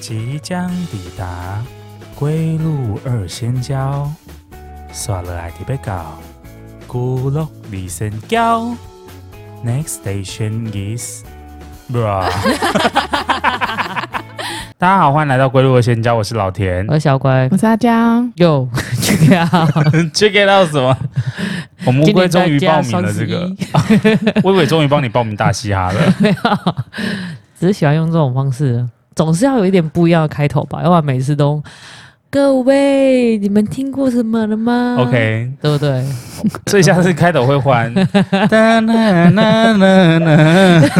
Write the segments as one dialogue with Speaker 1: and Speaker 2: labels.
Speaker 1: 即将抵达归路二仙交，刷了爱迪贝高，孤落二仙交。Next station is bra。大家好，欢迎来到归路二仙交，我是老田
Speaker 2: 我。 是小乖
Speaker 3: 我，是阿江，
Speaker 2: 又去掉。
Speaker 1: check it out 什么？我们乌龟终于报名了这
Speaker 2: 今
Speaker 1: 个
Speaker 2: 年大家双十一，
Speaker 1: 微微终于帮你报名大嘻哈了。
Speaker 2: 没有， 只是喜欢用这种方式，总是要有一点不一样的开头吧，要不然每次都各位，你们听过什么了吗
Speaker 1: OK，
Speaker 2: 对 不对？
Speaker 1: 所以下次开头会换。哒啦啦啦啦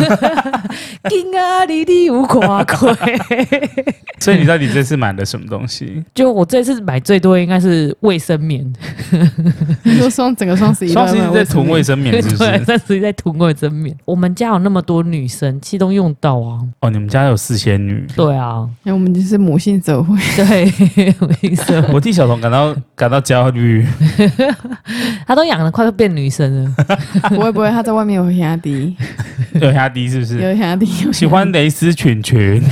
Speaker 2: 金啊，离地无瓜鬼。
Speaker 1: 所以你到底这次买了什么东西？
Speaker 2: 就我这次买最多应该是卫生棉，
Speaker 3: 你说双整个双十一都
Speaker 1: 双十一
Speaker 3: 买
Speaker 1: 在囤卫生棉嗯是不
Speaker 2: 对，
Speaker 1: 是？
Speaker 2: 但是在囤卫生棉。我们家有那么多女生，其实都用到啊。
Speaker 1: 哦，你们家有四仙女。
Speaker 2: 对啊，
Speaker 3: 因为我们就是母性社会，
Speaker 2: 对， 卫生棉
Speaker 1: 我替小童感到感到焦虑。
Speaker 2: 她都养的快要变女生了。
Speaker 3: 不会不会，他在外面有压低，
Speaker 1: 有压低是不是？
Speaker 3: 有压低，有
Speaker 1: 喜欢蕾丝裙裙，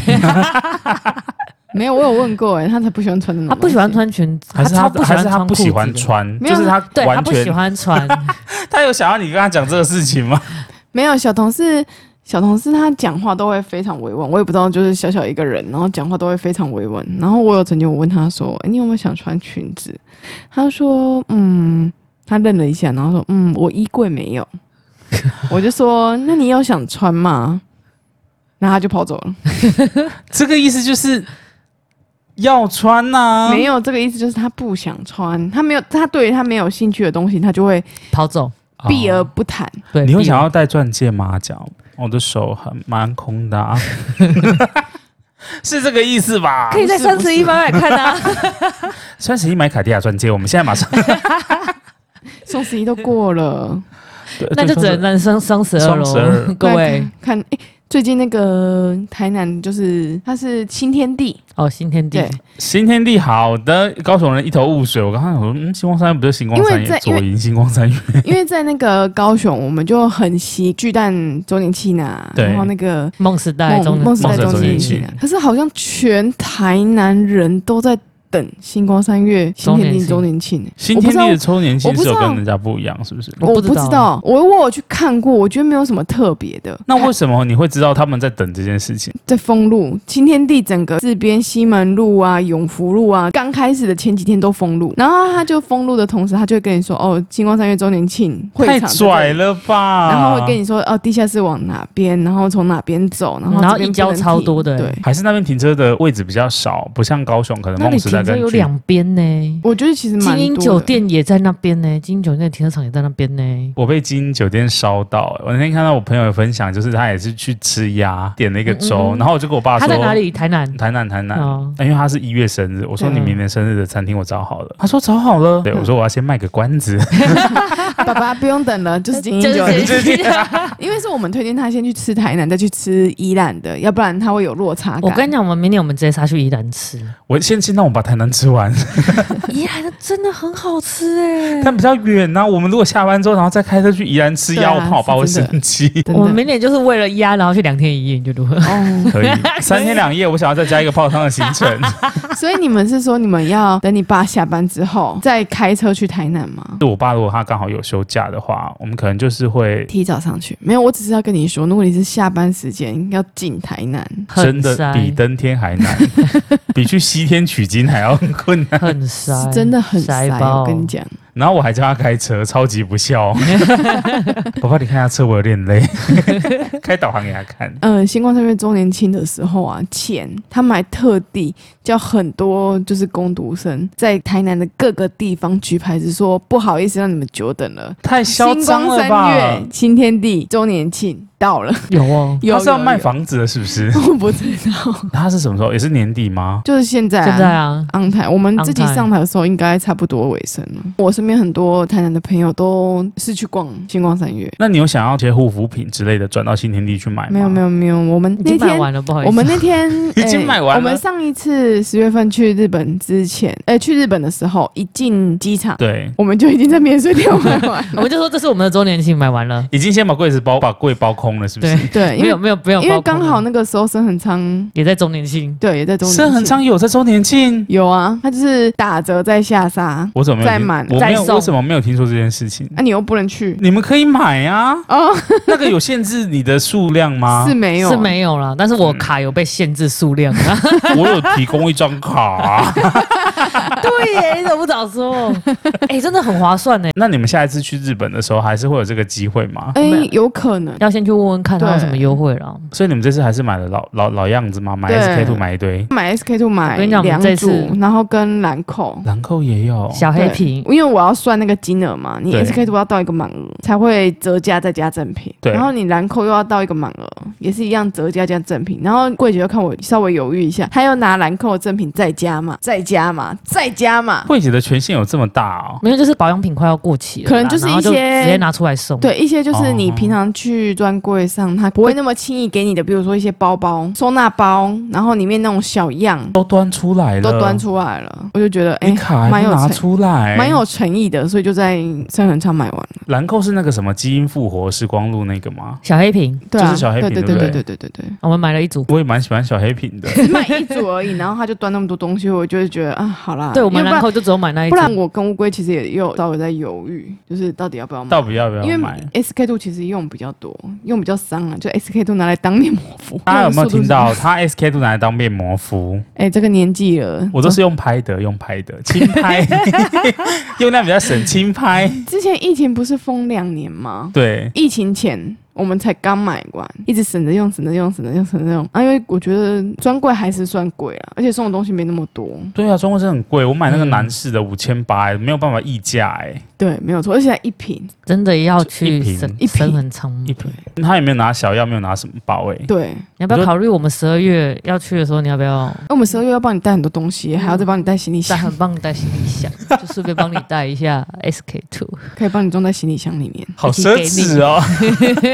Speaker 3: 没有？我有问过哎，他才不喜欢穿那种，
Speaker 2: 她不喜欢，穿裙子，
Speaker 1: 嗯还是
Speaker 2: 她
Speaker 1: 他
Speaker 2: 超不喜
Speaker 1: 还
Speaker 2: 欢
Speaker 1: 是
Speaker 2: 穿
Speaker 1: 他
Speaker 2: 裤
Speaker 1: 不
Speaker 2: 子
Speaker 1: 喜欢
Speaker 2: 的
Speaker 1: 穿？
Speaker 3: 没
Speaker 1: 就
Speaker 3: 有
Speaker 1: 是他
Speaker 2: 对他
Speaker 1: 完
Speaker 2: 不喜
Speaker 1: 全
Speaker 2: 欢穿，
Speaker 1: 他有想要你跟他讲这个事情吗？
Speaker 3: 没有小同事。小同事他讲话都会非常委婉，我也不知道，就是小小一个人，然后讲话都会非常委婉。然后我有曾经我问他说：“欸诶你有没有想穿裙子？”他说：“嗯。”他愣了一下，然后说：“嗯，我衣柜没有。”我就说：“那你有想穿吗？”然后他就跑走了。
Speaker 1: 这个意思就是要穿呐、
Speaker 3: 没有这个意思，就是他不想穿，他没有，他对于他没有兴趣的东西，他就会
Speaker 2: 跑走。
Speaker 1: 哦
Speaker 3: 避而不 谈。
Speaker 2: 对，
Speaker 1: 你会
Speaker 2: 避
Speaker 1: 想
Speaker 2: 而
Speaker 1: 要戴钻戒吗？讲，我的手很蛮空的、啊， 是这个意思吧？
Speaker 2: 可以在
Speaker 3: 不是
Speaker 2: 三
Speaker 3: 不
Speaker 2: 十一买买看 啊。
Speaker 1: 三十一买卡地亚钻戒，我们现在马上，
Speaker 3: 双十一都过了，
Speaker 1: 对
Speaker 2: 那就只能在双双十二
Speaker 1: 双十二
Speaker 2: 喽， 各位
Speaker 3: 那看，哎、最近那个台南就是它是新天地，
Speaker 2: 哦，新天地
Speaker 3: 对，
Speaker 1: 新天地好的，高雄人一头雾水。我刚刚想说，嗯，星光三月不是星光三
Speaker 3: 因为
Speaker 1: 月，
Speaker 3: 在
Speaker 1: 左营星光三月，
Speaker 3: 因为在那个高雄，我们就很习巨蛋周年庆呐，
Speaker 1: 对
Speaker 3: 然后那个
Speaker 2: 梦时代中
Speaker 3: 梦梦时代
Speaker 1: 梦时代
Speaker 3: 周
Speaker 1: 周年
Speaker 3: 年
Speaker 1: 庆
Speaker 3: 庆啊，可是好像全台南人都在等星光三月新天地周年庆、欸
Speaker 1: 新
Speaker 3: 我不
Speaker 1: 天
Speaker 3: 知道
Speaker 1: 地的周年庆
Speaker 3: 我不
Speaker 1: 是
Speaker 3: 知
Speaker 1: 有
Speaker 3: 道
Speaker 1: 跟人家不一样，是不是？
Speaker 2: 我
Speaker 3: 我
Speaker 2: 不知道
Speaker 3: 不知道，我我有去看过，我觉得没有什么特别的。
Speaker 1: 那为什么你会知道他们在等这件事情？
Speaker 3: 在封路，新天地整个四边西门路啊、永福路啊，刚开始的前几天都封路，然后他就封路的同时，他就会跟你说哦，星光三月周年庆会
Speaker 1: 太
Speaker 3: 场在这里
Speaker 1: 拽，了吧！
Speaker 3: 然后会跟你说哦，地下室往哪边，然后从哪边走，然后
Speaker 2: 嗯然后
Speaker 3: 这边
Speaker 2: 一交
Speaker 3: 不能停
Speaker 2: 超多的
Speaker 3: 对。
Speaker 1: 还是那边停车的位置比较少，不像高雄可能
Speaker 2: 那
Speaker 1: 梦
Speaker 2: 里
Speaker 1: 时
Speaker 2: 停
Speaker 1: 代
Speaker 2: 车
Speaker 1: 跟
Speaker 2: 有
Speaker 1: 巨
Speaker 2: 两边呢，
Speaker 3: 我觉得其实蛮多
Speaker 2: 精
Speaker 3: 的
Speaker 2: 英酒，店也在那边呢，精英酒店的停车场也在那边呢。
Speaker 1: 我被金酒店烧到、欸我那天看到我朋友有分享，就是他也是去吃鸭，点了一个粥，
Speaker 2: 嗯嗯嗯
Speaker 1: 然后我就跟我爸
Speaker 2: 他
Speaker 1: 说，
Speaker 2: 在哪？里？台南。
Speaker 1: 台南，台南。
Speaker 2: 哦，
Speaker 1: 哎因为他是一月生日，我说
Speaker 3: 嗯
Speaker 1: 你明年生日的餐厅我找好了，他说找好了，对我说我要先卖个关子，
Speaker 3: 爸爸不用等了，就是精英
Speaker 2: 就
Speaker 3: 酒
Speaker 2: 是啊
Speaker 3: 店，
Speaker 2: 精英 酒店
Speaker 3: 因为是我们推荐他先去吃台南，再去吃宜兰的，要不然他会有落差感。
Speaker 2: 我跟你讲，我们明年我们直接杀去宜兰吃，
Speaker 1: 我先先让我把台南吃完，
Speaker 2: 宜兰的真的很好吃哎。
Speaker 1: 但比较远呐、啊我们如果下班之后然后再开车去宜兰吃
Speaker 3: 对
Speaker 1: 鸭，
Speaker 3: 啊
Speaker 1: 我怕我爸会
Speaker 3: 是真的
Speaker 1: 生气。
Speaker 3: 真的
Speaker 2: 我们明年就是为了鸭，然后去两天一夜，你觉得如何？
Speaker 3: 哦，
Speaker 1: 可以三天两夜，我想要再加一个泡汤的行程。
Speaker 3: 所以你们是说你们要等你爸下班之后再开车去台南吗？
Speaker 1: 就我爸如果他刚好有休假的话，我们可能就是会
Speaker 3: 提早上去？没有，我只是要跟你说，如果你是下班时间要进台南，
Speaker 1: 真
Speaker 2: 很
Speaker 1: 的
Speaker 2: 塞，
Speaker 1: 比登天还难， 比去西天取经还要困 难。
Speaker 2: 很塞，
Speaker 3: 是真的很塞。
Speaker 2: 爆
Speaker 3: 我跟你讲，
Speaker 1: 然后我还叫他开车，超级不孝。我爸，你看他车，我有点累，开导航给他看。
Speaker 3: 嗯，星光三月周年庆的时候啊，钱他们还特地叫很多就是工读生在台南的各个地方举牌子说，不好意思让你们久等了。
Speaker 1: 太嚣
Speaker 3: 星
Speaker 1: 张
Speaker 3: 光
Speaker 1: 了
Speaker 3: 三
Speaker 1: 吧
Speaker 3: 月！新天地周年庆到了，
Speaker 2: 有哦，
Speaker 3: 有
Speaker 1: 他是要
Speaker 3: 有
Speaker 1: 卖
Speaker 3: 有
Speaker 1: 房子的，是不是？
Speaker 3: 我不知道，
Speaker 1: 他是什么时候？也是年底吗？
Speaker 3: 就是现在、啊，
Speaker 2: 现在啊，
Speaker 3: 昂台，我们自己
Speaker 2: On time
Speaker 3: 上台的时候应该差不多尾声了。我身边很多台南的朋友都是去逛星光三月，
Speaker 1: 那你有想要一些护肤品之类的转到新天地去买吗？
Speaker 3: 没有没
Speaker 1: 有。
Speaker 3: 有没有，我们
Speaker 2: 已
Speaker 3: 那
Speaker 2: 经卖
Speaker 3: 天
Speaker 2: 完了，不好意思。
Speaker 3: 我们那天
Speaker 1: 已经
Speaker 3: 哎
Speaker 1: 卖完了
Speaker 3: 我们上一次十月份去日本之前，哎、去日本的时候一进机场，
Speaker 1: 对，
Speaker 3: 我们就已经在免税店买完
Speaker 2: 我
Speaker 3: 了。
Speaker 2: 们就说这是我们的周年庆，买完了。
Speaker 1: 已经先把柜子包把柜包空空了，是不是？
Speaker 3: 对，因
Speaker 2: 没有
Speaker 3: 为
Speaker 2: 没有没有爆
Speaker 3: 因
Speaker 2: 空啊，
Speaker 3: 为刚好那个时候深恒昌
Speaker 2: 也在周年庆，
Speaker 3: 对也在周年庆
Speaker 1: 盛恒昌有在周年庆，
Speaker 3: 有啊，他就是打折在下杀，
Speaker 1: 我怎么没有
Speaker 3: 再
Speaker 1: 听
Speaker 3: 满
Speaker 1: 我没
Speaker 2: 再
Speaker 1: 有
Speaker 2: 送
Speaker 1: 为什么没有听说这件事情？
Speaker 3: 那、你又不能去
Speaker 1: 你们可以买啊，
Speaker 3: 哦，
Speaker 1: 那个有限制你的数量吗
Speaker 3: 是？没有啊
Speaker 2: 是没有啦，但是我
Speaker 1: 嗯
Speaker 2: 卡有被限制数量 啊。
Speaker 1: 我有提供一张卡、啊。
Speaker 2: 对耶，你怎么不早说？ 哎、真的很划算呢。
Speaker 1: 那你们下一次去日本的时候，还是会有这个机会吗？
Speaker 3: 哎、有可能
Speaker 2: 要先去问问看他有
Speaker 3: 对
Speaker 2: 什么优惠啦。
Speaker 3: 哦
Speaker 1: 所以你们这次还是买了老老老样子吗？买
Speaker 3: 对
Speaker 1: SK two 买一堆，
Speaker 3: 买 SK two 买
Speaker 2: 我跟你讲我们
Speaker 3: 两
Speaker 2: 这
Speaker 3: 组
Speaker 2: 次，
Speaker 3: 然后跟兰蔻。
Speaker 1: 兰蔻也有。
Speaker 2: 小黑
Speaker 3: 对
Speaker 2: 瓶，
Speaker 3: 因为我要算那个金额嘛，你
Speaker 1: 对
Speaker 3: SK two 要到一个满额才会折价再加赠品，
Speaker 1: 对
Speaker 3: 然后你兰蔻又要到一个满额，也是一样折价加赠品，然后柜姐又看我稍微犹豫一下，她又拿兰蔻的赠品再加嘛，再加嘛，再 加嘛，
Speaker 1: 柜姐的权限有这么大哦？
Speaker 2: 没有，就是保养品快要过期了啦，
Speaker 3: 可能就是
Speaker 2: 然后
Speaker 3: 一些
Speaker 2: 直接拿出来送。，
Speaker 3: 对，一些就是你
Speaker 1: 哦
Speaker 3: 平常去专柜上，它不会那么轻易给你的，比如说一些包包、收纳包，然后里面那种小样
Speaker 1: 都端出来了，
Speaker 3: 都端出来了，我就觉得哎
Speaker 1: 你，卡
Speaker 3: 蛮
Speaker 1: 还
Speaker 3: 有
Speaker 1: 不拿
Speaker 3: 诚
Speaker 1: 出来，
Speaker 3: 蛮有诚意的，所以就在深恒昌买完了。
Speaker 1: 兰蔻是那个什么基因复活时光路那个吗？
Speaker 2: 小黑瓶，
Speaker 3: 对啊，
Speaker 1: 就是小黑
Speaker 3: 对
Speaker 1: 瓶
Speaker 3: 对
Speaker 1: 对不
Speaker 3: 对
Speaker 1: 对
Speaker 3: 对对对对，
Speaker 2: 我们买了一组。
Speaker 1: 我也蛮喜欢小黑瓶 的。
Speaker 3: 只买一组而已，然后他就端那么多东西，我就会觉得啊，好啦，
Speaker 2: 对，我们
Speaker 3: 因为
Speaker 2: 兰
Speaker 3: 不
Speaker 2: 蔻就只有买那
Speaker 3: 然
Speaker 2: 一
Speaker 3: 不
Speaker 2: 组。
Speaker 3: 然我跟乌龟其实也有稍微在犹豫，就是到底要不要买
Speaker 1: 到。底要不要
Speaker 3: 因为
Speaker 1: 买？
Speaker 3: SK two 其实用比较多，用比较伤啊，就 SK two 拿来当面膜敷。
Speaker 1: 大家有没有
Speaker 3: 用的速度
Speaker 1: 听
Speaker 3: 是？
Speaker 1: 到？他 SK two 拿来当面膜敷，
Speaker 3: 哎、这个年纪了，
Speaker 1: 我都是用拍的，用拍 的，轻拍， 用量比较省，轻拍。
Speaker 3: 之前疫情不是封两年吗？
Speaker 1: 对，
Speaker 3: 疫情前我们才刚买完，一直省着用，省着用，省着用，省着用。啊，因为我觉得专柜还是算贵啊，而且送的东西没那么多。
Speaker 1: 对啊，中国真的很贵，我买那个
Speaker 2: 嗯
Speaker 1: 男士的五千八，没有办法议价哎、
Speaker 3: 对，没有错，而且才一瓶。
Speaker 2: 真的要
Speaker 1: 一
Speaker 2: 去
Speaker 1: 瓶
Speaker 2: 深
Speaker 3: 一瓶
Speaker 2: 深很长。
Speaker 1: 一
Speaker 2: 你
Speaker 1: 瓶。他也没有拿小药，没有拿什么包哎、
Speaker 3: 对，
Speaker 2: 要不要
Speaker 1: 你说
Speaker 2: 考虑我们十二月要去的时候，你要不要
Speaker 3: 那我们十二月要帮你带很多东西，还要再帮你带行李
Speaker 2: 在
Speaker 3: 箱，
Speaker 1: 嗯
Speaker 2: 很棒带行李箱，就顺便帮你带一下 SK two。
Speaker 3: 可以帮你装在行李箱里 面。
Speaker 1: 好奢侈哦！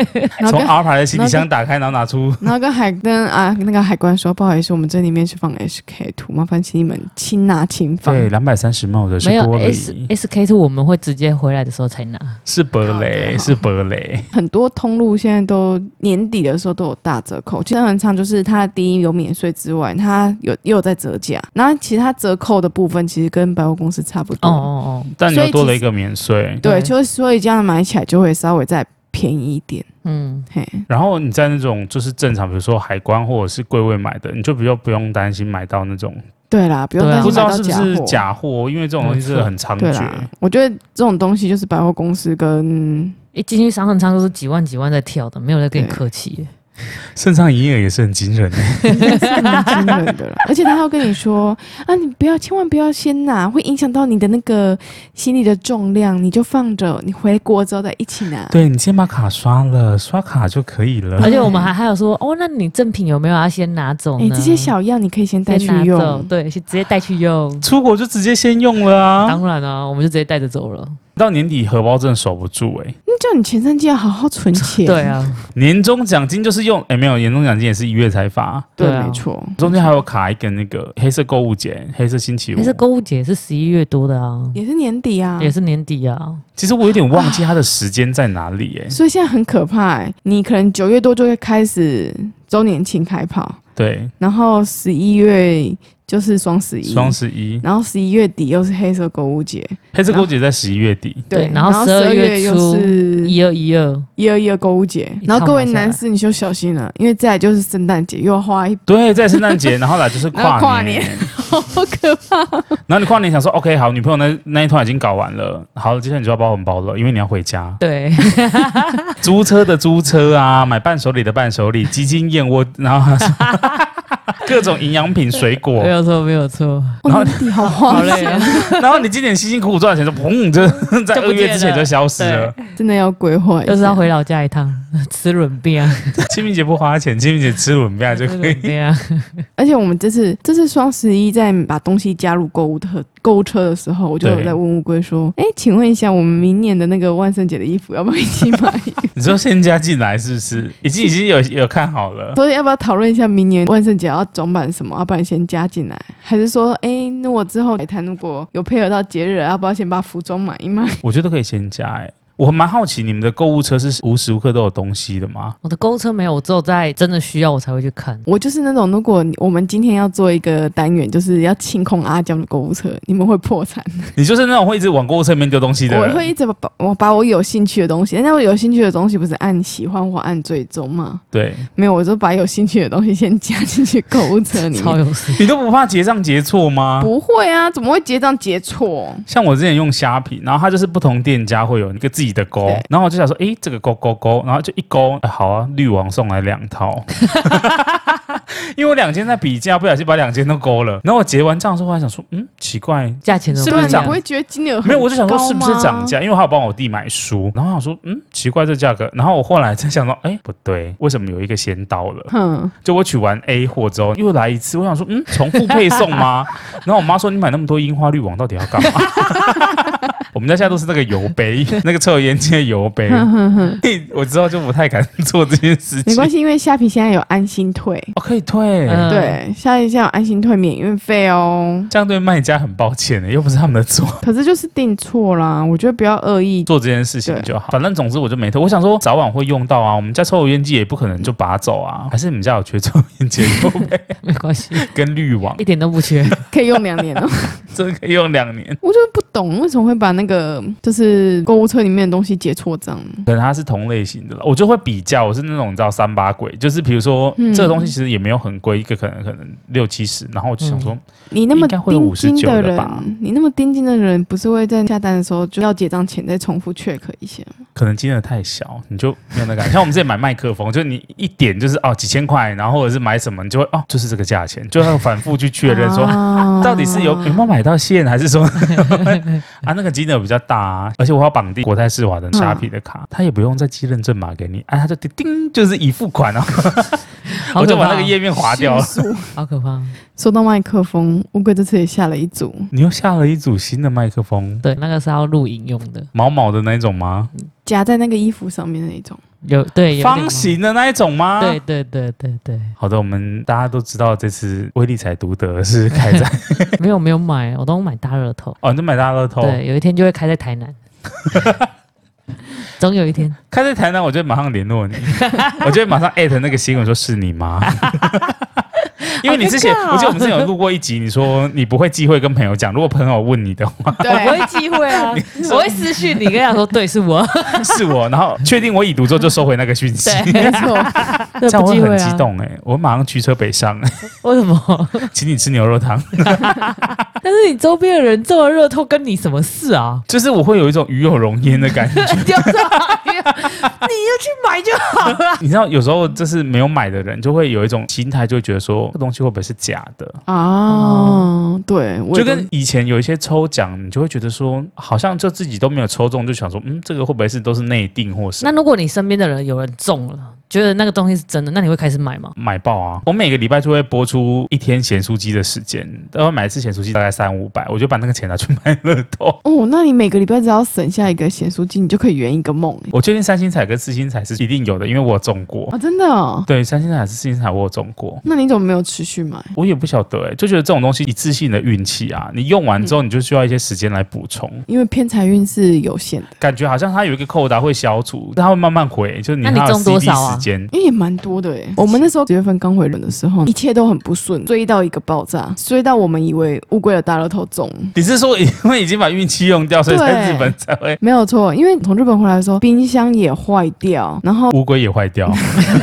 Speaker 3: 然后
Speaker 1: 从
Speaker 3: 跟
Speaker 1: R 牌的行李箱打开，然后拿出
Speaker 3: 然后跟海跟啊那个海关说，不好意思，我们这里面是放 SK 图，麻烦请你们轻拿轻放。
Speaker 1: 对两百三十 ml 的是
Speaker 2: 没有
Speaker 1: 玻
Speaker 2: S
Speaker 1: 璃，
Speaker 2: SK two，我们会直接回来的时候才拿。
Speaker 1: 是
Speaker 3: 好
Speaker 1: 玻
Speaker 3: 的
Speaker 1: 璃，
Speaker 3: 好
Speaker 1: 是玻璃。
Speaker 3: 很多通路现在都年底的时候都有大折扣，其实很长，就是它第一有免税之外，它有也有在折价。那其实它折扣的部分其实跟百货公司差不多，
Speaker 2: 哦哦哦，
Speaker 1: 但你
Speaker 3: 所
Speaker 1: 又
Speaker 3: 以
Speaker 1: 多
Speaker 3: 其
Speaker 1: 了
Speaker 3: 实
Speaker 1: 一个免税，
Speaker 3: 对，
Speaker 2: 对
Speaker 3: 就是所以这样买起来就会稍微再便宜一点。
Speaker 2: 嗯，
Speaker 3: 嘿，
Speaker 1: 然后你在那种就是正常，比如说海关或者是柜位买的，你就比较不用担心买到那种
Speaker 3: 对啦，不用
Speaker 2: 对啊
Speaker 3: 担
Speaker 1: 不
Speaker 3: 心
Speaker 1: 知
Speaker 3: 买
Speaker 1: 道
Speaker 3: 到
Speaker 1: 是不
Speaker 3: 假
Speaker 1: 是
Speaker 3: 货。
Speaker 1: 假货，因为这种东西真的很猖
Speaker 3: 对
Speaker 1: 獗
Speaker 3: 啦。，我觉得这种东西就是百货公司跟
Speaker 2: 一进去商恒仓都是几万几万在跳的，没有在跟你
Speaker 3: 对
Speaker 2: 客气。
Speaker 1: 哎肾脏营业额也是很惊人欸，
Speaker 3: 是蛮惊人的啦，而且他要跟你说啊，你不要，千万不要先拿，会影响到你的那个行李的重量，你就放着，你回国之后再一起拿。
Speaker 1: 对你先把卡刷了，刷卡就可以了。
Speaker 2: 而且我们还还有说，哦，那你赠品有没有要先拿走
Speaker 3: 哎、
Speaker 2: 呢？
Speaker 3: 这些小样你可以先带
Speaker 2: 啊先
Speaker 3: 去
Speaker 2: 拿走，
Speaker 3: 用。
Speaker 2: 对，是直接带去用。
Speaker 1: 出国就直接先用了啊！
Speaker 2: 当然啊，我们就直接带着走了。
Speaker 1: 到年底荷包真的守不住哎、
Speaker 3: 那叫你前三季要好好存钱。
Speaker 2: 对，啊，
Speaker 1: 年终奖金就是用哎、没有，年终奖金也是一月才发，
Speaker 3: 对，
Speaker 2: 对啊
Speaker 3: 没错。
Speaker 1: 中间还有卡一个那个黑色购物节，黑色星期五。
Speaker 2: 还是购物节是十一月多的啊，
Speaker 3: 也是年底啊，
Speaker 2: 也是年底啊。
Speaker 1: 其实我有点忘记它的时间在哪里哎、
Speaker 3: 所以现在很可怕、欸。你可能九月多就会开始周年庆开跑，
Speaker 1: 对，
Speaker 3: 然后十一月就是双十一，
Speaker 1: 双十一，
Speaker 3: 然后十一月底又是黑色购物节，
Speaker 1: 黑色购物节在十一月 底。
Speaker 2: 对然
Speaker 3: 然
Speaker 2: 后
Speaker 3: 后
Speaker 2: 12
Speaker 3: 12
Speaker 2: 月初
Speaker 3: 又是
Speaker 2: 一二一二，
Speaker 3: 一二一二购物节，
Speaker 2: 一
Speaker 3: 然后
Speaker 2: 趟
Speaker 3: 各
Speaker 2: 买
Speaker 3: 位
Speaker 2: 下
Speaker 3: 男
Speaker 2: 来
Speaker 3: 士，你就小心了，因为再来就是圣诞节，又要花一
Speaker 1: 对，在圣诞节，然后来就是
Speaker 3: 然后
Speaker 1: 跨
Speaker 3: 跨年
Speaker 1: 好可怕。然后你跨年想说，OK，好，女朋友那那一团已经搞完了，好，接下来你就要包红包了，因为你要回家。
Speaker 2: 对，
Speaker 1: 租车的租车啊，买伴手礼的伴 手礼，鸡精燕窝，然后 各种营养品、水果
Speaker 2: 没。有错，没有错。
Speaker 1: 然后
Speaker 3: 哦，年底 好
Speaker 2: 好
Speaker 3: 花
Speaker 2: 累啊
Speaker 3: 钱，，
Speaker 1: 然后你今年辛辛苦苦赚的钱，就砰，就在
Speaker 2: 就
Speaker 1: 二
Speaker 2: 不
Speaker 1: 月
Speaker 2: 见了
Speaker 1: 之前就消失 了。
Speaker 3: 真的要规
Speaker 1: 哎
Speaker 3: 划一
Speaker 2: 就是
Speaker 3: 下
Speaker 2: 要。回老家一趟， 吃轮饼啊，
Speaker 1: 清明节不花钱，清明节吃轮饼就
Speaker 2: 吃
Speaker 1: 可以
Speaker 2: 轮。饼啊。
Speaker 3: 而且我们这次这次双十一在把东西加入购物车购物车的时候，我就有
Speaker 1: 对
Speaker 3: 在问乌龟说：“
Speaker 2: 嗯
Speaker 3: 哎，请问一下，我们明年的那个万圣节的衣服要不要一起买？
Speaker 1: 你说先加进来是不是？已经已经有有看好了。
Speaker 3: 所以要不要讨论一下明年万圣节要装扮什么？要不然先加进来，还是说，哎，那我之后海滩如果有配合到节日，要不要先把服装买一买？
Speaker 1: 我觉得可以先加哎、我蛮好奇，你们的购物车是无时无刻都有东西的吗？
Speaker 2: 我的购物车没有，我只有在真的需要我才会去看。
Speaker 3: 我就是那种，如果我们今天要做一个单元，就是要清空阿江的购物车，你们会破产。
Speaker 1: 你就是那种会一直往购物车里面丢东西的
Speaker 3: 我
Speaker 1: 人。
Speaker 3: 会一直把我把我有兴趣的东西，那我有兴趣的东西不是按喜欢或按追踪吗？
Speaker 1: 对，
Speaker 3: 没有，我就把有兴趣的东西先加进去购物车 里
Speaker 2: 超
Speaker 3: 面。
Speaker 2: 有事，
Speaker 1: 你都不怕结账结错吗？
Speaker 3: 不会啊，怎么会结账结错？
Speaker 1: 像我之前用虾皮，然后它就是不同店家会有一个自己的勾
Speaker 3: 对，
Speaker 1: 然后我就想说，诶，这个勾勾勾，然后就一勾，哎好啊，滤网送来两 套，因为我两间在比价，不小心把两间都勾了，然后我结完账之后，我还想说，嗯，奇怪，
Speaker 2: 价钱都
Speaker 1: 是
Speaker 3: 对
Speaker 1: 不
Speaker 3: 啊，
Speaker 1: 是
Speaker 3: 你
Speaker 1: 涨
Speaker 3: 不会觉得金额很
Speaker 1: 没有，我就想说
Speaker 3: 高
Speaker 1: 是不是涨
Speaker 3: 吗？
Speaker 1: 价？因为他有帮我弟买书，然后我想说，嗯，奇怪这价格。然后我后来才想到，哎、不对，为什么有一个先到 了？
Speaker 3: 哼，
Speaker 1: 就我取完 A 货之后又来一次，我想说，嗯，重复配送吗？然后我妈说，你买那么多樱花绿网到底要 干嘛？我们家现在都是那个油杯， 那个抽油烟机的油杯，我之后就不太敢做这件事
Speaker 3: 嗯没
Speaker 1: 情。
Speaker 3: 关系，因为虾皮现在有安心退，
Speaker 1: 哦，可以退，
Speaker 2: 嗯
Speaker 3: 对，虾皮现在有安心退免运费哦。
Speaker 1: 这样对卖家很抱歉的，又不是他们的错。
Speaker 3: 可是就是订错啦，我觉得不要恶意。
Speaker 1: 做这件事情就好。反正总之我就没偷，我想说早晚会用到啊。我们家抽油烟机也不可能就拔走啊，还是你们家有缺抽油烟机的油杯
Speaker 2: 没关系，
Speaker 1: 跟滤网
Speaker 2: 一，点都不缺。
Speaker 3: 可以用两年哦。
Speaker 1: 这个可以用两年。
Speaker 3: 我就是不懂为什么会把那个就是购物车里面的东西结错账。
Speaker 1: 可能它是同类型的了，我就会比较，我是那种你知道三八鬼，就是比如说、
Speaker 3: 嗯
Speaker 1: 这个东西其实也没有很贵，一个可能可能六七十，然后我就想说，
Speaker 3: 你那么
Speaker 1: 应该会有
Speaker 3: 盯
Speaker 1: 59
Speaker 3: 紧
Speaker 1: 的
Speaker 3: 人
Speaker 1: 吧，
Speaker 3: 你那么盯紧的人，不是会在下单的时候就要结账前再重复 check 一下吗？
Speaker 1: 可能金额太小，你就没有那感觉。像我们之前买麦克风，就你一点就是哦几千块，然后或者是买什么，你就会哦就是这个价钱，就要反复去确认说、
Speaker 2: 哦
Speaker 3: 啊
Speaker 1: 到底是 有有没有买到线，还 是说啊那个金额比较大、啊，而且我要绑定国泰世华的虾皮的
Speaker 2: 嗯
Speaker 1: 卡，他也不用再寄认证码给你，哎、啊，他就叮叮就是已付款哦，
Speaker 2: 好
Speaker 1: 我
Speaker 2: 可
Speaker 1: 就把
Speaker 2: 怕
Speaker 1: 那个，页面划掉了。
Speaker 3: 迅速
Speaker 2: 好可怕。
Speaker 3: 说到麦克风，乌龟这次也下了一组，
Speaker 1: 你又下了一组新的麦克风，
Speaker 2: 对，那个是要录影用的，
Speaker 1: 毛毛的那一种吗？
Speaker 3: 夹在那个衣服上面的那 种。
Speaker 2: 有对有点
Speaker 1: 方形啊的那一种吗？
Speaker 2: 对。对对对对，
Speaker 1: 好的，我们大家都知道这次威力彩独得是开 在
Speaker 2: 没有没有买，我都买大乐透。
Speaker 1: 哦，你就买大乐透，
Speaker 2: 对，有一天就会开在台 南，总有一天。
Speaker 1: 开在台南，我就马上联络 你，我就马上艾特那个新闻说是你 吗？因为你之前，
Speaker 2: 好尴尬哦
Speaker 1: 我记得我们之前有录过一集，你说你不会忌讳跟朋友讲，如果朋友问你的话
Speaker 3: 对
Speaker 2: 我不会忌 讳啊，我会私讯你，跟他说对是我，
Speaker 1: 是我，然后确定我已读之后就收回那个讯息，
Speaker 2: 对，
Speaker 3: 没错，
Speaker 1: 这样我会
Speaker 2: 忌讳
Speaker 1: 很
Speaker 2: 啊
Speaker 1: 激。动哎、我马上驱车北上、
Speaker 2: 为什么？
Speaker 1: 请你吃牛肉汤。？
Speaker 2: 但是你周边的人这么热透，跟你什么事啊
Speaker 1: 就是我会有一种与有容焉的 感觉，
Speaker 2: 丢上来你就去买就好了。
Speaker 1: 你知道，有时候就是没有买的人，就会有一种心态，就会觉得说，这东西会不会是假的？
Speaker 3: 啊，对，
Speaker 1: 哦
Speaker 3: 我
Speaker 1: 就
Speaker 3: 也
Speaker 1: 跟
Speaker 3: 懂
Speaker 1: 以前有一些抽奖，你就会觉得说，好像就自己都没有抽中，就想说，嗯，这个会不会是都是内定或是
Speaker 2: 那如果你身边的人有人中了，觉得那个东西是真的，那你会开始买吗？
Speaker 1: 买爆啊！我每个礼拜就会播出一天咸酥鸡的时间，然后买一次咸酥鸡大概三五百，我就把那个钱拿去买乐透。
Speaker 3: 哦，那你每个礼拜只要省下一个咸酥鸡，你就可以圆一个梦欸
Speaker 1: 我确定三星彩跟四星彩是一定有的，因为我有中过。
Speaker 3: 啊，真的哦。
Speaker 1: 对，三星彩还是四星彩我有中过。
Speaker 3: 那你怎么没有持续买？
Speaker 1: 我也不晓得哎、就觉得这种东西一次性的运气啊，你用完之后你就需要一些时间来补充，
Speaker 3: 因为偏财运是有限的，
Speaker 1: 感觉好像它有一个扣打会消除，它会慢慢回，就是你
Speaker 2: 那你
Speaker 1: 还有
Speaker 2: 中多
Speaker 1: CD
Speaker 2: 少啊
Speaker 1: 时间。
Speaker 3: 因为也蛮多的诶。我们那时候九月份刚回轮的时候，一切都很不顺，追到一个爆炸，追到我们以为乌龟的大乐透中，
Speaker 1: 你是说因为已经把运气用掉，所以在
Speaker 3: 对
Speaker 1: 日本才会
Speaker 3: 没有错。因为从日本回来的时候，冰箱也坏掉，然后
Speaker 1: 乌龟也坏掉？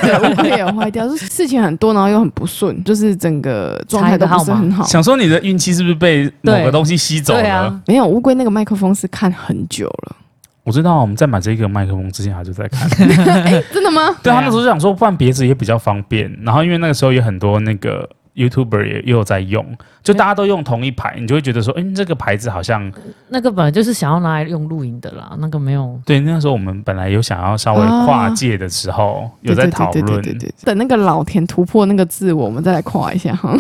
Speaker 3: 对乌龟也坏掉，就是事情很多，然后又很不顺，就是整个状态都不是很好。
Speaker 1: 想说你的运气是不是被某个
Speaker 2: 对
Speaker 1: 东西吸走
Speaker 2: 对
Speaker 1: 了？
Speaker 2: 啊，
Speaker 3: 没有乌龟那个麦克风是看很久了，
Speaker 1: 我知道我们在买这个麦克风之前，他就在 看。
Speaker 3: 啊真的吗？
Speaker 1: 对
Speaker 2: 对啊
Speaker 1: 他那时候就想说换别子也比较方便，然后因为那个时候有很多那个 YouTuber 也也有在用，就大家都用同一排，你就会觉得说，嗯，这个牌子好像
Speaker 2: 那个本来就是想要拿来用录影的啦，那个没有。
Speaker 1: 对，那时候我们本来有想要稍微跨界的时候，有在讨
Speaker 3: 哦对对
Speaker 1: 论
Speaker 3: 对，对对对等那个老田突破那个自我，我们再来夸一下哈。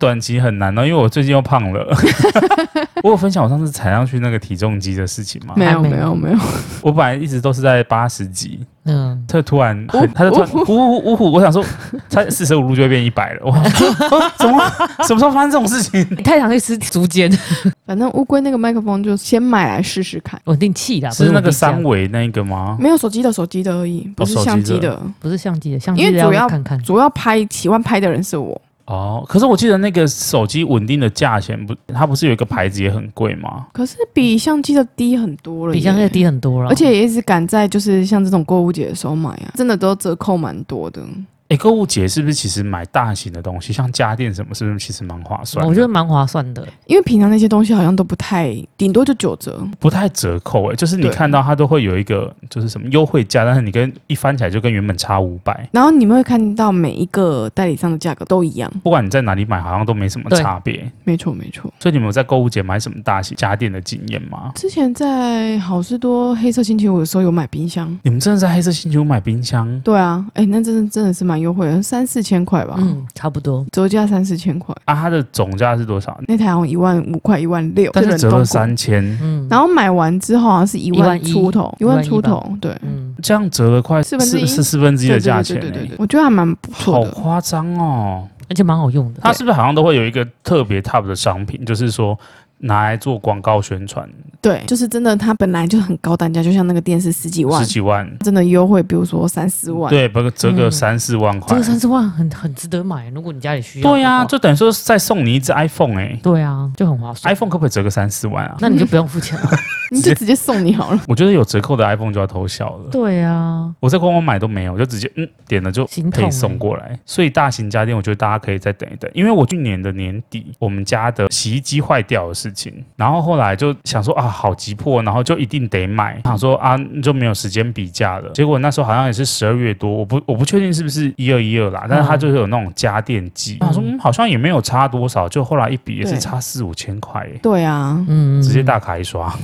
Speaker 1: 短期很难哦，因为我最近又胖了。 我有分享我上次踩上去那个体重机的事情吗？
Speaker 3: 没有
Speaker 2: 还没
Speaker 3: 没有没有，
Speaker 1: 我本来一直都是在八十几，
Speaker 2: 嗯，
Speaker 1: 他突然很，他就突然呜呜呜呼，我想说，他四舍五入就会变一百了，哇！啊怎么什么时候发生这种事情？
Speaker 2: 你 太常去吃竹间，
Speaker 3: 反正乌龟那个麦克风就先买来试试看，
Speaker 2: 稳定器啦，不
Speaker 1: 是那个
Speaker 2: 稳定箱
Speaker 1: 三，维那个吗？
Speaker 3: 没有手机的手机的而已，不是
Speaker 1: 哦手机
Speaker 3: 相机
Speaker 1: 的
Speaker 3: 的。
Speaker 2: 不是相机的，相机
Speaker 3: 因
Speaker 2: 的
Speaker 3: 为主要
Speaker 2: 看看。
Speaker 3: 主要拍喜欢拍的人是我，
Speaker 1: 哦，可是我记得那个手机稳定的价钱不，它不是有一个牌子也很贵吗？
Speaker 3: 可是比相机的低很多了，
Speaker 2: 比相对。低很多
Speaker 1: 哦
Speaker 2: 了，
Speaker 3: 而且也一直赶在就是像这种购物节的时候买啊，真的都折扣蛮多的。
Speaker 1: 哎，购物节是不是其实买大型的东西，像家电什么，是不是其实蛮划算的？
Speaker 2: 我觉得蛮划算的。
Speaker 3: 因为平常那些东西好像都不太，顶多就九折。
Speaker 1: 不太折扣哎、就是你
Speaker 3: 对
Speaker 1: 看到它都会有一个就是什么优惠价，但是你跟一翻起来就跟原本差五百，
Speaker 3: 然后你们会看到每一个代理商的价格都一样，
Speaker 1: 不管你在哪里买，好像都没什么
Speaker 2: 对
Speaker 1: 差别。
Speaker 3: 没错没错。
Speaker 1: 所以你们有在购物节买什么大型家电的经验吗？
Speaker 3: 之前在好事多黑色星期五的时候有买冰箱，
Speaker 1: 你们真的在黑色星期五买冰箱？
Speaker 3: 对啊，哎、那真的真的是蛮优惠的，三四千块吧，
Speaker 2: 嗯，差不多。
Speaker 3: 折价三四千块，
Speaker 1: 啊，它的总价是多少？
Speaker 3: 那台好像一万五块一万六，
Speaker 1: 但是
Speaker 3: 人
Speaker 1: 折
Speaker 3: 都
Speaker 1: 了
Speaker 3: 过
Speaker 1: 三千，
Speaker 2: 嗯，
Speaker 3: 然后买完之后好像是一万
Speaker 2: 11,000
Speaker 3: 出头，一
Speaker 2: 11,000
Speaker 3: 万出头，对，
Speaker 2: 嗯，
Speaker 1: 这样折了快
Speaker 3: 四分之一
Speaker 1: 是四分之一的
Speaker 3: 对对
Speaker 1: 价
Speaker 3: 对
Speaker 1: 钱、
Speaker 3: 对
Speaker 1: 欸，
Speaker 3: 对对对，我觉得还蛮不错
Speaker 1: 好
Speaker 3: 的。
Speaker 1: 夸张哦！
Speaker 2: 而且蛮好用的。
Speaker 1: 它是不是好像都会有一个特别 top 的商品，就是说拿来做广告宣传，
Speaker 3: 对，就是真的，它本来就很高单价，就像那个电视十几万
Speaker 1: 十，几万，
Speaker 3: 真的优惠，比如说三四万，
Speaker 1: 对，不折个
Speaker 2: 嗯
Speaker 1: 三四万
Speaker 2: 这
Speaker 1: 块
Speaker 2: 个。三十万很很值得买，如果你家里需要的话。
Speaker 1: 对呀、就等于说是再送你一只 iPhone 哎、
Speaker 2: 对啊，就很划算。
Speaker 1: iPhone 可不可以折个三四万啊？
Speaker 2: 那你就不用付钱了。
Speaker 3: 你就直接送你 好了。
Speaker 1: 我觉得有折扣的 iPhone 就要偷笑了。
Speaker 2: 对啊，
Speaker 1: 我在官网买都没有，我就直接嗯点了就
Speaker 2: 心痛欸
Speaker 1: 配送过来。所以大型家电，我觉得大家可以再等一等，因为我去年的年底，我们家的洗衣机坏掉的事情，然后后来就想说啊，好急迫，然后就一定得买，想说啊就没有时间比价了。结果那时候好像也是十二月多，我不我不确定是不是一二一二啦，但
Speaker 2: 嗯
Speaker 1: 是它就是有那种家电季，我想说嗯好像也没有差多少，就后来一比也是
Speaker 3: 对
Speaker 1: 差四五千块耶。
Speaker 3: 对啊，
Speaker 2: 嗯，
Speaker 1: 直接大卡一刷，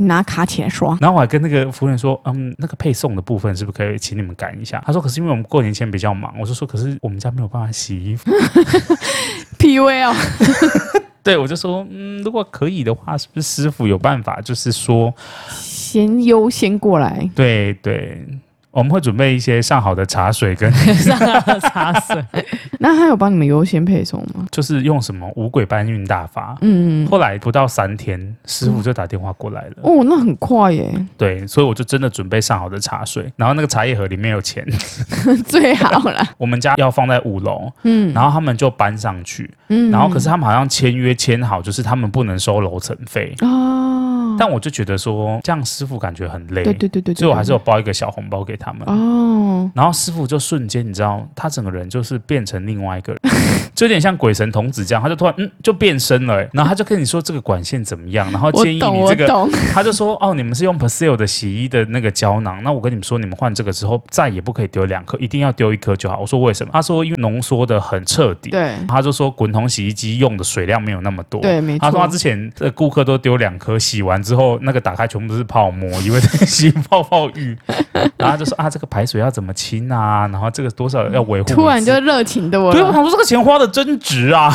Speaker 3: 拿卡起来刷。
Speaker 1: 然后我还跟那个服务员说，嗯，那个配送的部分是不是可以请你们赶一下？他说，可是因为我们过年前比较忙，我就说，可是我们家没有办法洗衣服。
Speaker 3: P U A 哦，
Speaker 1: 对，我就说，嗯，如果可以的话，是不是师傅有办法？就是说，
Speaker 3: 先优先过来。
Speaker 1: 对对，我们会准备一些上好的茶水跟，
Speaker 2: 上了茶水。
Speaker 3: 那他有帮你们优先配送吗？
Speaker 1: 就是用什么五鬼搬运大法。
Speaker 3: 嗯，
Speaker 1: 后来不到三天，师傅就打电话过来了。
Speaker 3: 哦，那很快耶，
Speaker 1: 对，所以我就真的准备上好的茶水，然后那个茶叶盒里面有钱，
Speaker 3: 最好啦。
Speaker 1: 我们家要放在五楼，
Speaker 3: 嗯
Speaker 1: 然后他们就搬上去。
Speaker 3: 嗯
Speaker 1: 然后可是他们好像签约签好，就是他们不能收楼层费。
Speaker 3: 哦，
Speaker 1: 但我就觉得说，这样师傅感觉很累，
Speaker 3: 对对对对，
Speaker 1: 所以我还是
Speaker 3: 有
Speaker 1: 有包一个小红包给他们。
Speaker 3: 哦，
Speaker 1: 然后师傅就瞬间，你知道，他整个人就是变成另外一个人， 就有点像鬼神童子这样，他就突然嗯就变身了、欸然后他就跟你说这个管线怎么样，然后
Speaker 3: 我
Speaker 1: 建议
Speaker 3: 懂
Speaker 1: 你
Speaker 3: 我
Speaker 1: 这个，
Speaker 3: 懂，
Speaker 1: 他就说哦，你们是用 Persil 的洗衣的那个胶囊，那我跟你们说，你们换这个之后再也不可以丢两颗，一定要丢一颗就好。我说为什么？他说因为浓缩的很彻底，
Speaker 3: 对
Speaker 1: 他就说滚筒洗衣机用的水量没有那么多。
Speaker 3: 对，没
Speaker 1: 他
Speaker 3: 错
Speaker 1: 说他。之前的顾客都丢两颗，洗完之后那个打开全部都是泡沫，以为在 洗泡泡浴。然后他就说啊，这个排水要怎么清啊？然后这个多少要维护一次。
Speaker 3: 突然就热情的我
Speaker 1: 对，我啊
Speaker 3: 了。
Speaker 1: 想说这个钱花的真值啊。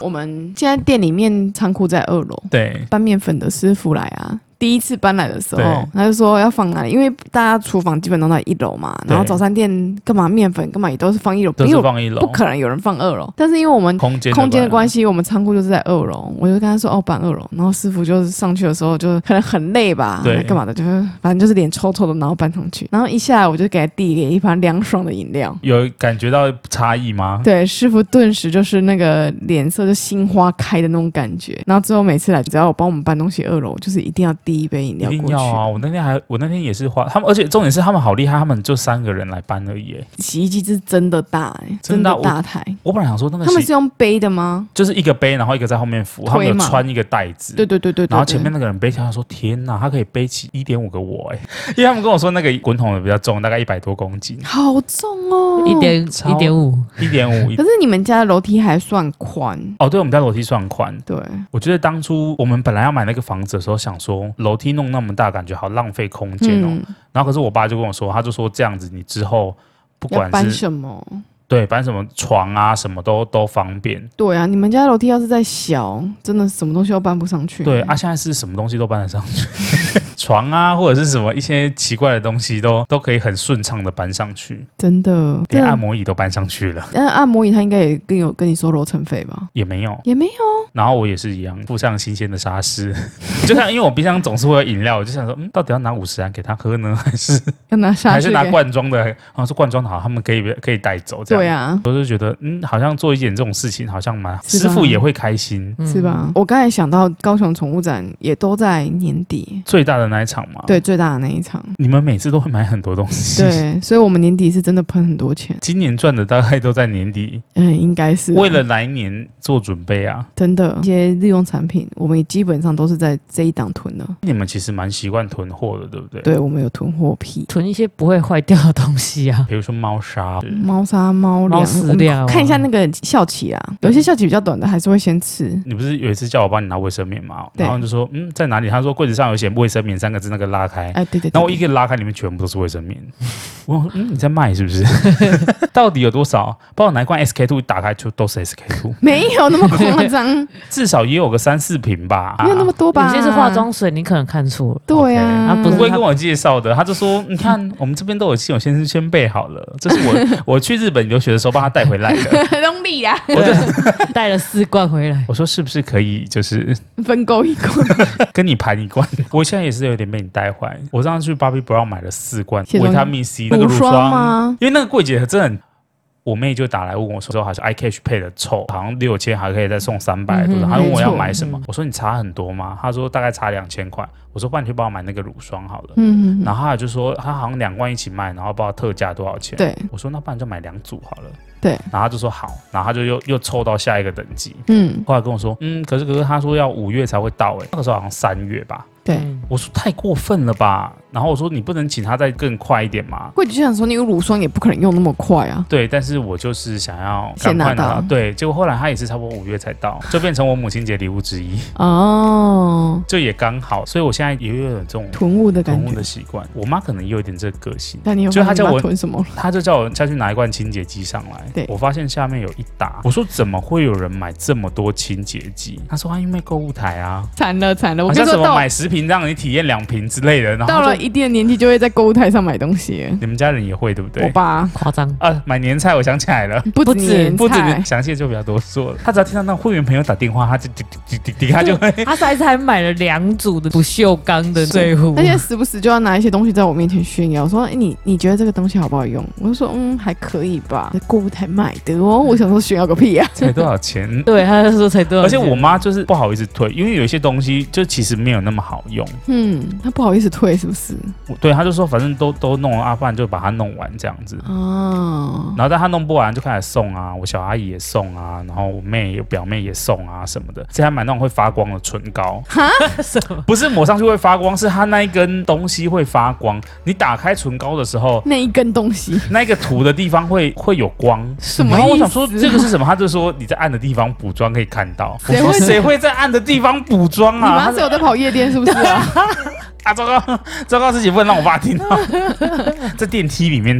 Speaker 3: 我们现在店里面仓库在二楼，
Speaker 1: 对，
Speaker 3: 搬面粉的师傅来啊。第一次搬来的时候
Speaker 1: 对，
Speaker 3: 他就说要放哪里，因为大家厨房基本都在一楼嘛，
Speaker 1: 对
Speaker 3: 然后早餐店干嘛面粉干嘛也都是放一楼，
Speaker 1: 都
Speaker 3: 因
Speaker 1: 是
Speaker 3: 为
Speaker 1: 放一楼
Speaker 3: 不，可能有人放二楼。但是因为我们
Speaker 1: 空间
Speaker 3: 空间的关
Speaker 1: 系。
Speaker 3: 系，我们仓库就是在二楼，我就跟他说哦搬二楼，然后师傅就是上去的时候就可能很累吧，
Speaker 1: 对
Speaker 3: 干嘛的，就是反正就是脸臭臭的，然后搬上去，然后一下来我就给他递给一盘凉爽的饮料。
Speaker 1: 有感觉到差异吗？
Speaker 3: 对，师傅顿时就是那个脸色就心花开的那种感觉。然后之后每次来，只要我帮我们搬东西二楼，就是一定要递一杯饮
Speaker 1: 一
Speaker 3: 料
Speaker 1: 定
Speaker 3: 过
Speaker 1: 要
Speaker 3: 去。
Speaker 1: 啊！我那天还，我那天也是花他们，而且重点是他们好厉害，他们就三个人来搬而已欸。
Speaker 3: 洗衣机是真的大、欸，
Speaker 1: 真
Speaker 3: 真
Speaker 1: 的啊
Speaker 3: 的大台。
Speaker 1: 我本来想说那个
Speaker 3: 他们
Speaker 1: 洗
Speaker 3: 是用背的吗？
Speaker 1: 就是一个杯，然后一个在后面扶，他们有
Speaker 3: 推嘛
Speaker 1: 穿一个袋子，
Speaker 3: 对对对对对对。
Speaker 1: 然后前面那个人背起来，他说：“天哪，他可以背起一点五个我哎、 因为他们跟我说那个滚筒的比较重，大概一百多公 斤，
Speaker 3: 好重哦，
Speaker 2: 一。点
Speaker 1: 超
Speaker 2: 一点五，
Speaker 1: 一点五。
Speaker 3: 可是你们家的楼梯还算宽，
Speaker 1: 哦，对，我们家楼梯算宽。
Speaker 3: 对，
Speaker 1: 我觉得当初我们本来要买那个房子的时候，想说楼梯弄那么大，感觉好浪费空间哦。
Speaker 3: 嗯，
Speaker 1: 然后可是我爸就跟我说，他就说这样子，你之后不
Speaker 3: 要
Speaker 1: 管
Speaker 3: 搬
Speaker 1: 是
Speaker 3: 什么？
Speaker 1: 对搬什么床啊，什么都都方便。
Speaker 3: 对啊，你们家的楼梯要是再小，真的什么东西都搬不上去。欸
Speaker 1: 啊对啊，现在是什么东西都搬得上去， 床啊，或者是什么一些奇怪的东西都都可以很顺畅的搬上去，
Speaker 3: 真的。
Speaker 1: 连按
Speaker 3: 但
Speaker 1: 摩椅都搬上去了，
Speaker 3: 但按摩椅他应该也更有跟你收楼层费吧？
Speaker 1: 也没有。
Speaker 3: 也没有，
Speaker 1: 然后我也是一样，附上新鲜的沙士， 就像因为我冰箱总是会有饮料，我就想说，嗯，到底要拿五十元给他喝呢， 还是
Speaker 3: 要拿下
Speaker 1: 还
Speaker 3: 去
Speaker 1: 是
Speaker 3: 给。
Speaker 1: 拿罐装的？好像是罐装的好，他们可以可以带走这样。
Speaker 3: 对啊，
Speaker 1: 我就觉得，嗯，好像做一点这种事情，好像蛮
Speaker 3: 是
Speaker 1: 师
Speaker 3: 吧
Speaker 1: 傅也会开心。
Speaker 2: 嗯
Speaker 3: 是吧？？我刚才想到高雄宠物展也都在年底，
Speaker 1: 最大的那一场嘛，，
Speaker 3: 对，最大的那一场，
Speaker 1: 你们每次都会买很多东西，，
Speaker 3: 对，所以我们年底是真的喷很多钱，
Speaker 1: 今年赚的大概都在年底，
Speaker 3: 嗯，应该是
Speaker 1: 为了来年做准备啊。
Speaker 3: 真的一些日用产品，我们也基本上都是在这一档囤的。
Speaker 1: 你们其实蛮习惯囤货的，对不对？，
Speaker 3: 对，我们有囤货癖，
Speaker 2: 囤一些不会坏掉的东 西啊，
Speaker 1: 比如说猫砂，
Speaker 3: 猫砂、猫
Speaker 2: 猫
Speaker 3: 粮
Speaker 2: 饲
Speaker 3: 我们
Speaker 2: 料啊
Speaker 3: 看一下那个校旗啊，有些校旗比较短的还是会先吃。
Speaker 1: 你不是有一次叫我帮你拿卫生棉吗？
Speaker 3: 对
Speaker 1: 然后就说嗯在哪里？他说柜子上有写卫生棉三个字，那个拉开。
Speaker 3: 哎， 对对对
Speaker 1: 然后我一个拉开，里面全部都是卫生 棉。我想说，嗯，你在卖是不是？到底有多少？把我拿一罐 SK two 打开，就都是 SK two，
Speaker 3: 没有那么夸张，没
Speaker 1: 至少也有个三四瓶吧。啊
Speaker 3: 有那么多吧？
Speaker 2: 啊有些是化妆水，你可能看错了。
Speaker 3: 对啊，
Speaker 2: OK 啊
Speaker 1: 不
Speaker 2: 不
Speaker 1: 会
Speaker 2: 是
Speaker 1: 跟我介绍的，他就说：“你看，我们这边都有亲友先先备好了，这是我 我去日本留学的时候帮他带回来 的。
Speaker 3: 东力啊，
Speaker 1: 我就
Speaker 2: 带了四罐回来”，
Speaker 1: 我说：“是不是可以就是
Speaker 3: 分购一个，
Speaker 1: 跟你盘一罐？”我现在也是有点被你带坏。我上次去 Bobby Brown 买了四罐
Speaker 3: 卸
Speaker 1: 维
Speaker 3: 妆
Speaker 1: 他命 C 那个
Speaker 3: 乳
Speaker 1: 乳
Speaker 3: 霜
Speaker 1: 霜
Speaker 3: 吗
Speaker 1: 因为那个柜姐真的很。我妹就打来问我说：“说好像 iCash 配的臭，好像六千还可以再送三百多
Speaker 2: 嗯
Speaker 1: 少。”
Speaker 2: 哼
Speaker 1: 她问我要买
Speaker 2: 没错
Speaker 1: 什么，我说：“你差很多吗？”她说：“大概差两千块。”我说：“不然你去帮我买那个乳霜好了。”
Speaker 3: 嗯，
Speaker 1: 然后他就说他好像两罐一起卖，然后不知道特价多少钱。，
Speaker 3: 对
Speaker 1: 我说那不然就买两组好了。
Speaker 3: 对
Speaker 1: 然后他就说好，然后他就又又凑到下一个等级。
Speaker 3: 嗯
Speaker 1: 后来跟我说，嗯，可是可是他说要五月才会到、欸，那个时候好像三月吧。
Speaker 3: 对。
Speaker 2: 嗯
Speaker 1: 我说太过分了吧，然后我说你不能请他再更快一点吗？
Speaker 3: 柜姐就想说，你有乳霜也不可能用那么快啊。
Speaker 1: 对，但是我就是想要赶
Speaker 3: 先拿
Speaker 1: 快拿
Speaker 3: 到
Speaker 1: 到。对，结果后来他也是差不多五月才到，就变成我母亲节礼物之一，
Speaker 3: 哦，
Speaker 1: 就也刚好。所以我现在也有点这种
Speaker 3: 囤物的感
Speaker 1: 囤物
Speaker 3: 觉
Speaker 1: 的。习惯。我妈可能也有点这个个性，
Speaker 3: 那你有
Speaker 1: 就他
Speaker 3: 发现
Speaker 1: 叫我
Speaker 3: 囤什么了？
Speaker 1: 他就叫我下去拿一罐清洁剂上来。
Speaker 3: 对
Speaker 1: 我发现下面有一打，我说怎么会有人买这么多清洁剂？他说他因为购物台啊，
Speaker 3: 惨了惨了！我
Speaker 1: 好
Speaker 3: 跟
Speaker 1: 像
Speaker 3: 你
Speaker 1: 什
Speaker 3: 说
Speaker 1: 么
Speaker 3: 到
Speaker 1: 买十瓶让你体验两瓶之类的，然
Speaker 3: 到
Speaker 1: 后
Speaker 3: 了
Speaker 1: 就
Speaker 3: 一定的年纪就会在购物台上买东西。
Speaker 1: 你们家人也会对不
Speaker 3: 我
Speaker 1: 对？
Speaker 3: 爸
Speaker 2: 夸张。
Speaker 1: 啊，买年菜，我想起来了。
Speaker 3: 不
Speaker 2: 不
Speaker 3: 止
Speaker 2: 止
Speaker 3: 年
Speaker 1: 不止
Speaker 3: 菜
Speaker 1: 你，详细就不要多说了。他只要听到那会员朋友打电话，他就滴滴滴滴滴，他就会
Speaker 2: 他上一次还买了两组的不锈钢的水壶，
Speaker 3: 而且时不时就要拿一些东西在我面前炫耀，说哎你你觉得这个东西好不好用？我就说嗯还可以吧，在购物台买的哦。我想说炫耀个 屁啊！
Speaker 1: 才多少钱？
Speaker 2: 对，他就说才多少
Speaker 1: 而且
Speaker 2: 钱
Speaker 1: 我妈就是不好意思退，因为有一些东西就其实没有那么好用。
Speaker 3: 嗯，他不好意思退是不是？
Speaker 1: 我对，她就说反正都都弄了，阿范就把它弄完这样
Speaker 3: 嗯
Speaker 1: 子。
Speaker 3: 哦，
Speaker 1: 然后但他弄不完就开始送啊，我小阿姨也送啊，然后我妹也表妹也送啊什么的，这还买那种会发光的唇膏，
Speaker 2: 什么
Speaker 1: 不是抹上去会发光，是它那一根东西会发光。你打开唇膏的时候，
Speaker 3: 那一根东西
Speaker 1: 那个涂的地方会会有光。
Speaker 3: 什么
Speaker 1: 然后我
Speaker 3: 意
Speaker 1: 想说
Speaker 3: 思？
Speaker 1: 这个是什么？他就说你在暗的地方补妆可以看到。我
Speaker 3: 谁
Speaker 1: 说
Speaker 3: 会
Speaker 1: 谁会在暗的地方补妆
Speaker 3: 你
Speaker 1: 啊？
Speaker 3: 妈
Speaker 1: 他
Speaker 3: 是
Speaker 1: 说
Speaker 3: 有在跑夜店是不是啊？
Speaker 1: 啊糟糕糟糕，自己不能让我爸听到， 在电梯里面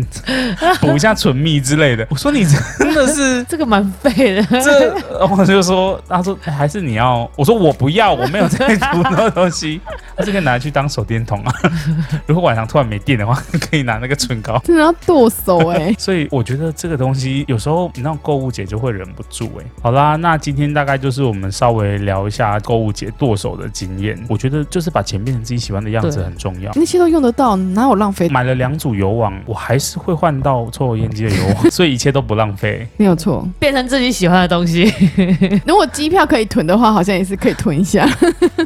Speaker 1: 补一下唇蜜之类的。我说你真的是
Speaker 2: 这个蛮废的，
Speaker 1: 这 我就说，他说、哎还是你要，我说我不要，我没有在涂那个东西， 他这个拿去当手电筒啊。 如果晚上突然没电的话，可以拿那个唇膏。
Speaker 3: 真的要剁手哎、
Speaker 1: 所以我觉得这个东西有时候你那种购物节就会忍不住哎、好啦，那今天大概就是我们稍微聊一下购物节剁手的经验。我觉得就是把钱变成自己喜欢的样子
Speaker 2: 对
Speaker 1: 很重要。
Speaker 3: 那些都用得到，哪有浪费？
Speaker 1: 买了两组油网，我还是会换到抽油烟机的油网，所以一切都不浪费。
Speaker 3: 没有错。
Speaker 2: 变成自己喜欢的东西。
Speaker 3: 如果机票可以囤的话，好像也是可以囤一下。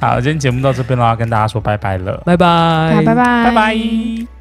Speaker 1: 好，今天节目到这边啦，跟大家说拜拜了，
Speaker 2: 拜拜，
Speaker 3: 好，拜拜，
Speaker 1: 拜拜